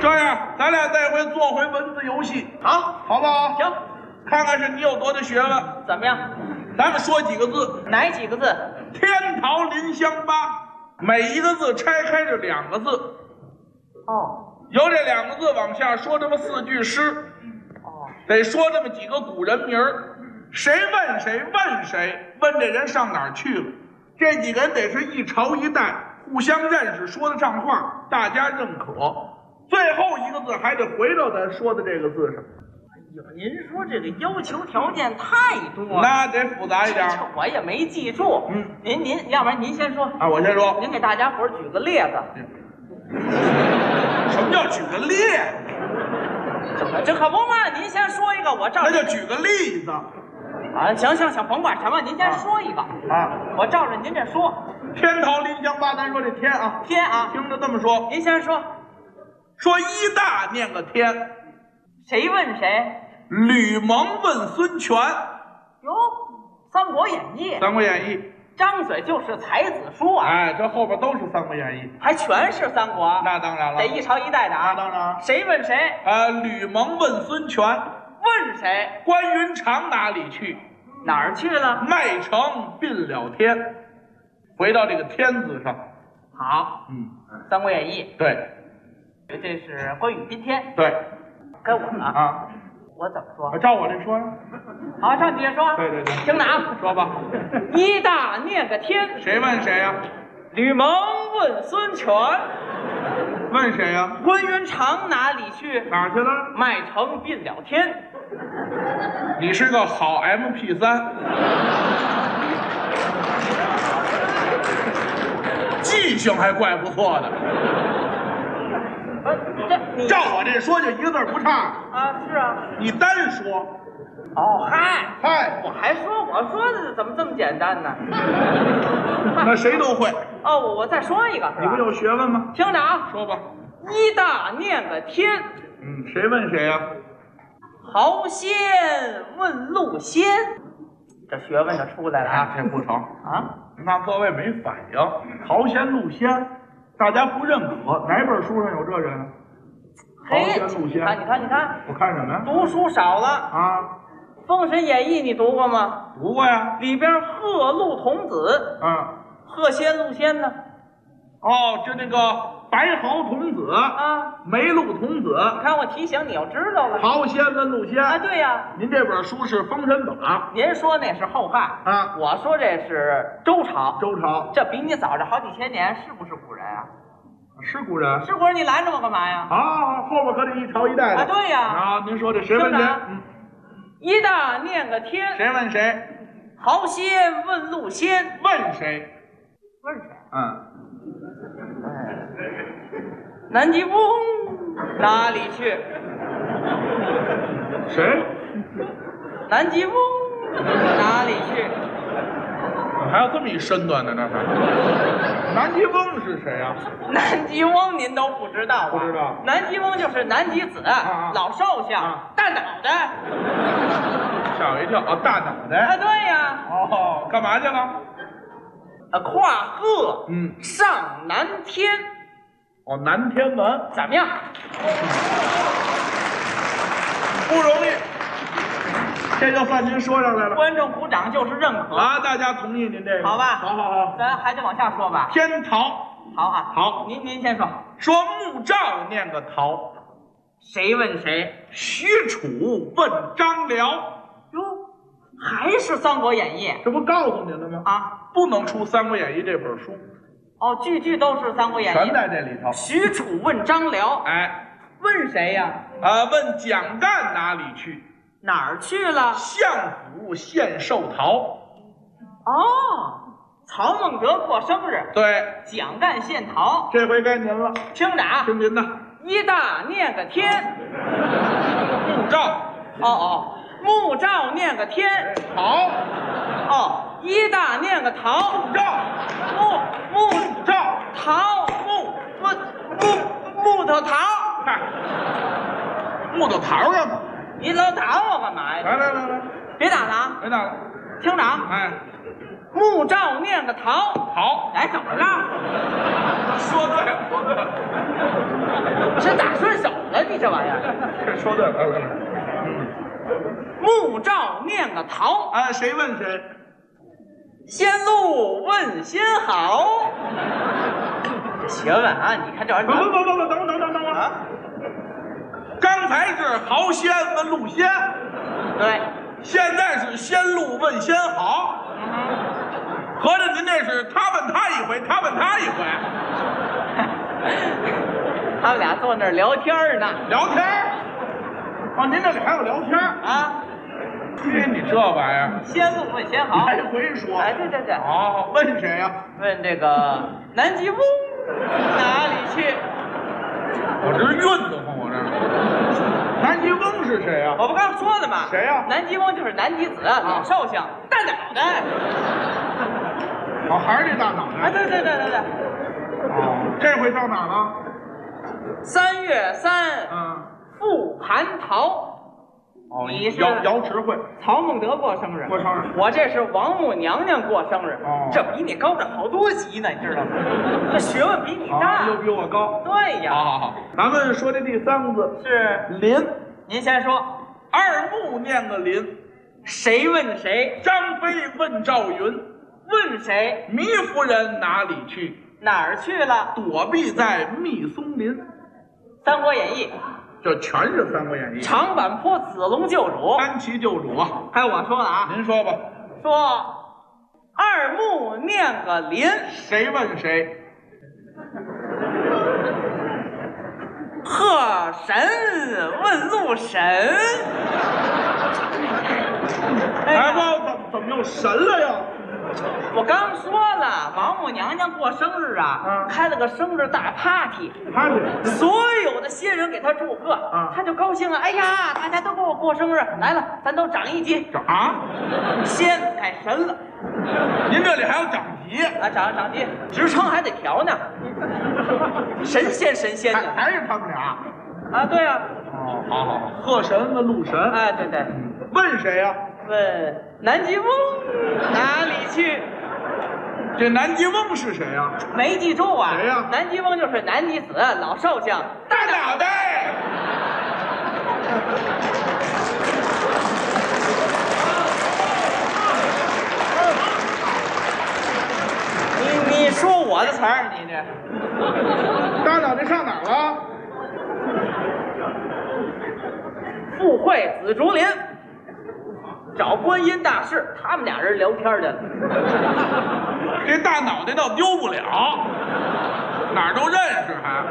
这样，咱俩再回做回文字游戏，好，好不好？，行，看看是你有多大学问。怎么样？咱们说几个字：哪几个字？天桃林香八，每一个字拆开这两个字，哦，由这两个字往下说这么四句诗，哦，得说这么几个古人名儿。谁问谁问谁，问这人上哪儿去了？这几个人得是一朝一代，互相认识，说得上话，大家认可。最后一个字还得回到咱说的这个字上，哎呦，您说这个要求条件太多了，那得复杂一点儿。这我也没记住。嗯，您您，要不然您先说，啊，我先说，您给大家伙儿举个例子。什么叫举个例？怎么这可不嘛？您先说一个，我照那着叫举个例子啊，行行行，甭管什么，您先说一个，啊！我照着您这说。天桃林香八，咱说这天啊，天啊，听着这么说，您先说，说一大念个天，谁问谁？吕蒙问孙权，哟，《三国演义》 《三国演义》张嘴就是才子书啊，哎，这后边都是《三国演义》，还全是三国，那当然了得，一朝一代的那啊。当然。谁问谁？啊，吕蒙问孙权，问谁？关云长哪里去？哪儿去了？麦城并了天。回到这个天字上，好，嗯， 《三国演义对》这是关羽宾天，对该我了啊，啊，我怎么说？照我这说呀，好，照你这说。对对对听着啊，说吧，一大念个天，谁问谁呀、吕蒙问孙权，问谁呀、关云长哪里去？哪儿去了？麦城并了天。你是个好 MP 三，记性还怪不错的。不是这你照我这说，就一个字儿不差。啊，是啊。你单说，哦，嗨，嗨，我还说我说的怎么这么简单呢？那谁都会。哦，我我再说一个，是你不吧？有学问吗？听着啊，说吧。一大念个天，嗯，谁问谁呀、豪仙问路仙，这学问就出来了啊！这不成，啊，那各位没反应。桃仙路仙，大家不认可，哪本书上有这人？豪嘿，仙路你看，仙，你看，你看，我看什么呀？读书少了，啊， 《封神演义》你读过吗？读过呀。里边鹤鹿童子，啊，鹤仙鹿仙呢？哦，就那个白毫童子。啊，梅鹿童子，你看我提醒你，我知道了。桃仙跟鹿仙。啊，对呀、您这本书是《封神榜您说那是后汉，》啊，我说这是周朝，周朝这比你早着好几千年，是不是古人啊？是古人。是古人，你拦着我干嘛呀？啊，后边可得一朝一代的。啊，对呀、啊，您说这谁问谁听着啊？嗯，一大念个天，谁问谁？豪仙问路仙，问谁？问谁？嗯，南极翁哪里去？谁？南极翁哪里去？还有这么一身段呢？这还？ 南极翁是谁啊？南极翁您都不知道啊？不知道南极翁就是南极子，啊老寿星，啊大脑袋。吓我一跳啊！大脑啊，袋。对呀、哦，干嘛去了？啊，跨鹤嗯，上南天，哦，南天门，怎么样？不容易。这就算您说上来了观众鼓掌就是认可。啊！大家同意您这个？好吧好好好。咱还得往下说吧。天桃，好啊，好您您先说，说穆赵念个桃，谁问谁？许褚问张辽，哟，还是《三国演义》这不告诉您了吗？啊？不能出《三国演义》这本书，哦，句句都是《三国演义》。全在这里头。许褚问张辽，哎，问谁呀？啊，问蒋干哪里去？哪儿去了？相府献寿桃。哦，曹孟德过生日，对，蒋干献桃。这回该您了，听着啊，听您的。一大念个天，穆赵，哦哦，穆赵念个天，好，哦，一大念个桃，赵，木木赵，桃木木木木头桃，嗨，哎木头桃干嘛？你老打我干嘛呀？来来来来，别打了啊！别打了。听着啊，哎，穆赵念个桃，好，哎，怎么了？说对不对？是打顺手没这玩意儿。这说对了，嗯，木照面个桃，啊，谁问谁？仙路问仙好。学问啊，你看这玩意不不儿，不不不，等等等等啊！刚才是豪仙问路仙，对，现在是仙路问仙豪，合着您这是他问他一回，他问他一回，他们俩坐那儿聊天儿呢。聊天儿。哦，您这里还有聊天儿？啊，嘿，哎你这玩意儿，仙路问仙好。来回说。哎，对对对，哦，问谁呀、问这个南极翁哪里去？我这晕得慌，我这。南极翁是谁呀、我不刚说了吗？谁呀啊南极翁就是南极子，老少相，大脑袋。哦，还是这大脑啊，袋。对对对对对，哦，这回上哪儿了？三月三嗯，复蟠桃，哦你是瑶瑶池会曹孟德过生日，过生日。我这是王母娘娘过生日哦，这比你高着好多级呢，你知 道吗？这学问比你啊，大。又比我啊高。对好呀，好好，咱们说这第三个字是“林您先说，”，二木念个“林谁问谁？”。张飞问赵云问谁：“糜夫人哪里去？哪儿去了？躲避在密松林。 《三国演义》”这全是《三国演义》。长坂坡子龙救主。安琪救主啊，还有我说了啊，您说吧，说二木念个林，谁问谁？贺神问路神。 哎，哎呀，不，怎怎么又神了又？我刚说了，王母娘娘过生日啊，嗯开了个生日大 party。他是所有的新人给他祝贺，啊他就高兴了。哎呀，大家都给我过生日，来了，咱都长一级，长啊？仙改神了您这里还有长级，啊，长长级，职称还得调呢，神仙神仙还的还是他们俩？啊，对啊，哦，好好好，贺神问路神，哎，对对，问谁呀、问南极翁哪里去？这南极翁是谁呀、没记住啊？谁呀南极翁就是南极子，老少将。大脑袋。你你说我的词儿，你这大脑袋上哪儿了？富贵紫竹林，找观音大士，他们俩人聊天去了。这大脑袋倒丢不了，哪儿都认识还。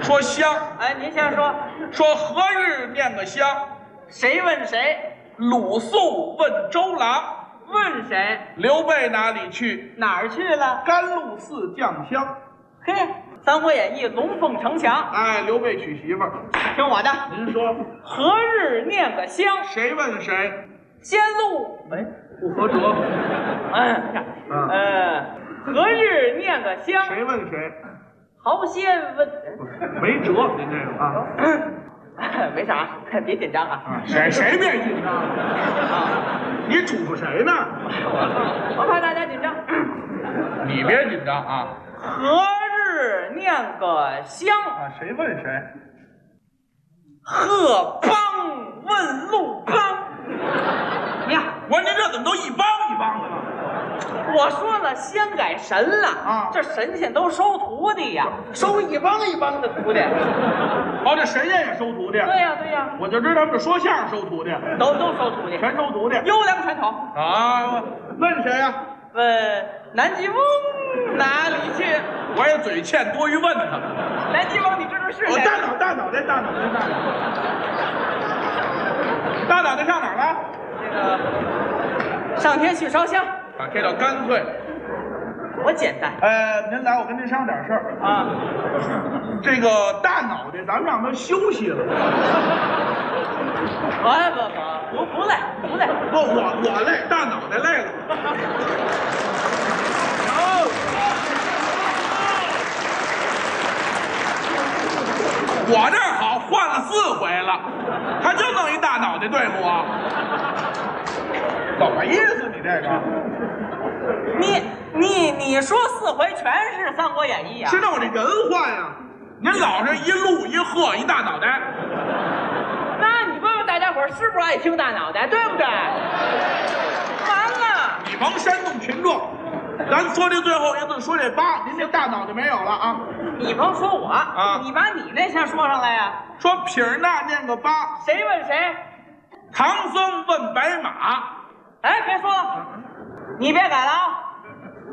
说香，哎，您先说，说何日念个香？谁问谁？鲁肃问周郎，问谁？刘备哪里去？哪儿去了？甘露寺酱香。嘿，《三国演义》龙凤呈祥，哎，刘备娶媳妇儿。听我的。您说何日念个香？谁问谁？仙路哎，不合辙。哎呀，嗯呃，何日念个香？谁问谁？豪仙问，嗯没辙，您这个啊。 没啥， 别紧张啊。啊谁谁别紧张？啊，你嘱咐谁呢？ 我怕大家紧张。你别紧张啊！何日念个香？啊，谁问谁？贺邦问路邦。哎呀，我说您这怎么都一帮一帮的呢？我说了，先改神了啊这神仙都收徒弟呀，收一帮一帮的徒弟。哦，这神仙也收徒弟，对呀、对呀、我就知道他们说相声收徒弟，都都收徒弟，全收徒弟。优良传统。啊，问谁啊呀、问南极翁哪里去？我也嘴欠，多余问他。南极翁，你知道是我谁？啊大脑大脑袋大脑袋大脑袋，大脑袋上哪儿了？这个上天去烧香，啊，这叫干脆。多简单呃，您来，我跟您商量点事儿。啊！这个大脑袋，咱们让他休息了。哎不不不不累不累，不，我我累，大脑袋累了。 我这儿好换了四回了，他就弄一大脑袋对付我，怎么意思？你这个你你你说四回全是《三国演义》是啊？让我这人换呀、您老是一鹿一鹤一大脑袋，那你问问大家伙儿是不是爱听大脑袋，对不对？完了，你甭煽动群众。咱说这最后一次，说这八，您这大脑袋没有了啊？你甭说我啊你把你那先说上来呀、说撇儿捺念个八，谁问谁？唐僧问白马，哎，别说了，你别改了啊！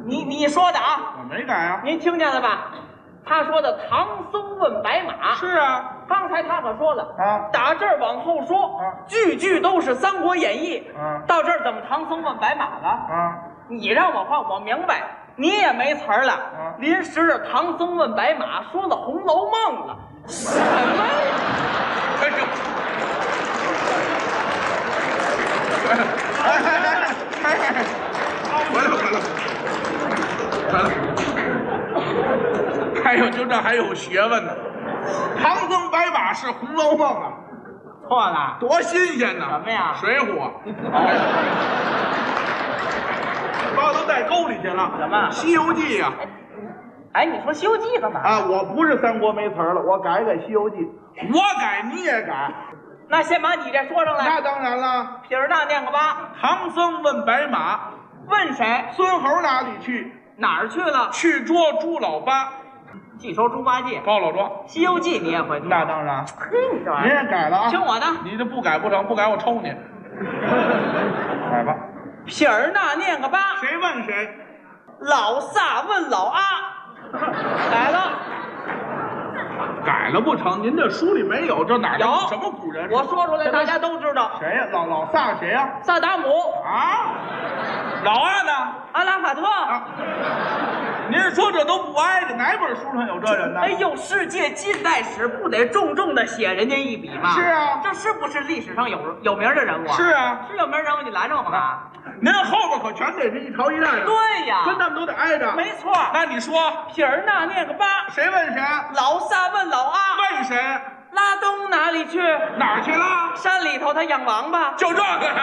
你你说的啊，我没改啊。您听见了吧？他说的唐僧问白马，是啊，刚才他可说了，啊打这儿往后说，啊句句都是《三国演义》啊到这儿怎么唐僧问白马了？啊，你让我换，我明白，你也没词儿了。啊临时的唐僧问白马，说了《红楼梦》了，什么呀？哎呦，哎哎哎哎哎，完了完了完了，还有就这还有学问呢。唐僧白马是《红楼梦》啊，错了，多新鲜呐！什么呀水浒。把我都带沟里去了。什么西游记》啊呀！哎，你说《西游记》干嘛？啊，我不是三国没词儿了，我改改《西游记》。我改你也改，那先把你这说上来那。当然了。撇儿捺念个八，唐僧问白马，问谁孙猴哪里去？哪儿去了？去捉猪老八、记仇猪八戒，《高老庄。西游记》你也会？那当然，嘿，你这玩您意儿，也改了啊？听我的你这不改不成，不改我抽你。 改吧。撇儿捺念个八， 谁问谁？老萨问老阿，来了。改了不成？您这书里没有，这哪儿有什么古人？我说出来大家都知道，谁呀、老老萨谁呀、萨达姆、啊？老二呢？阿拉法特。啊， 您说这都不挨着，哪本书上有这人呢？哎呦，世界近代史不得重重的写人家一笔吗？是啊这是不是历史上有有名的人物？是，啊，是有名人物，你拦着我干嘛？您后边可全得是一朝一代的，对呀，跟他们都得挨着。没错。那你说撇儿捺念个八，谁问谁？老萨问老阿，问谁？拉东哪里去？哪儿去了？山里头他养王八，就这个呀。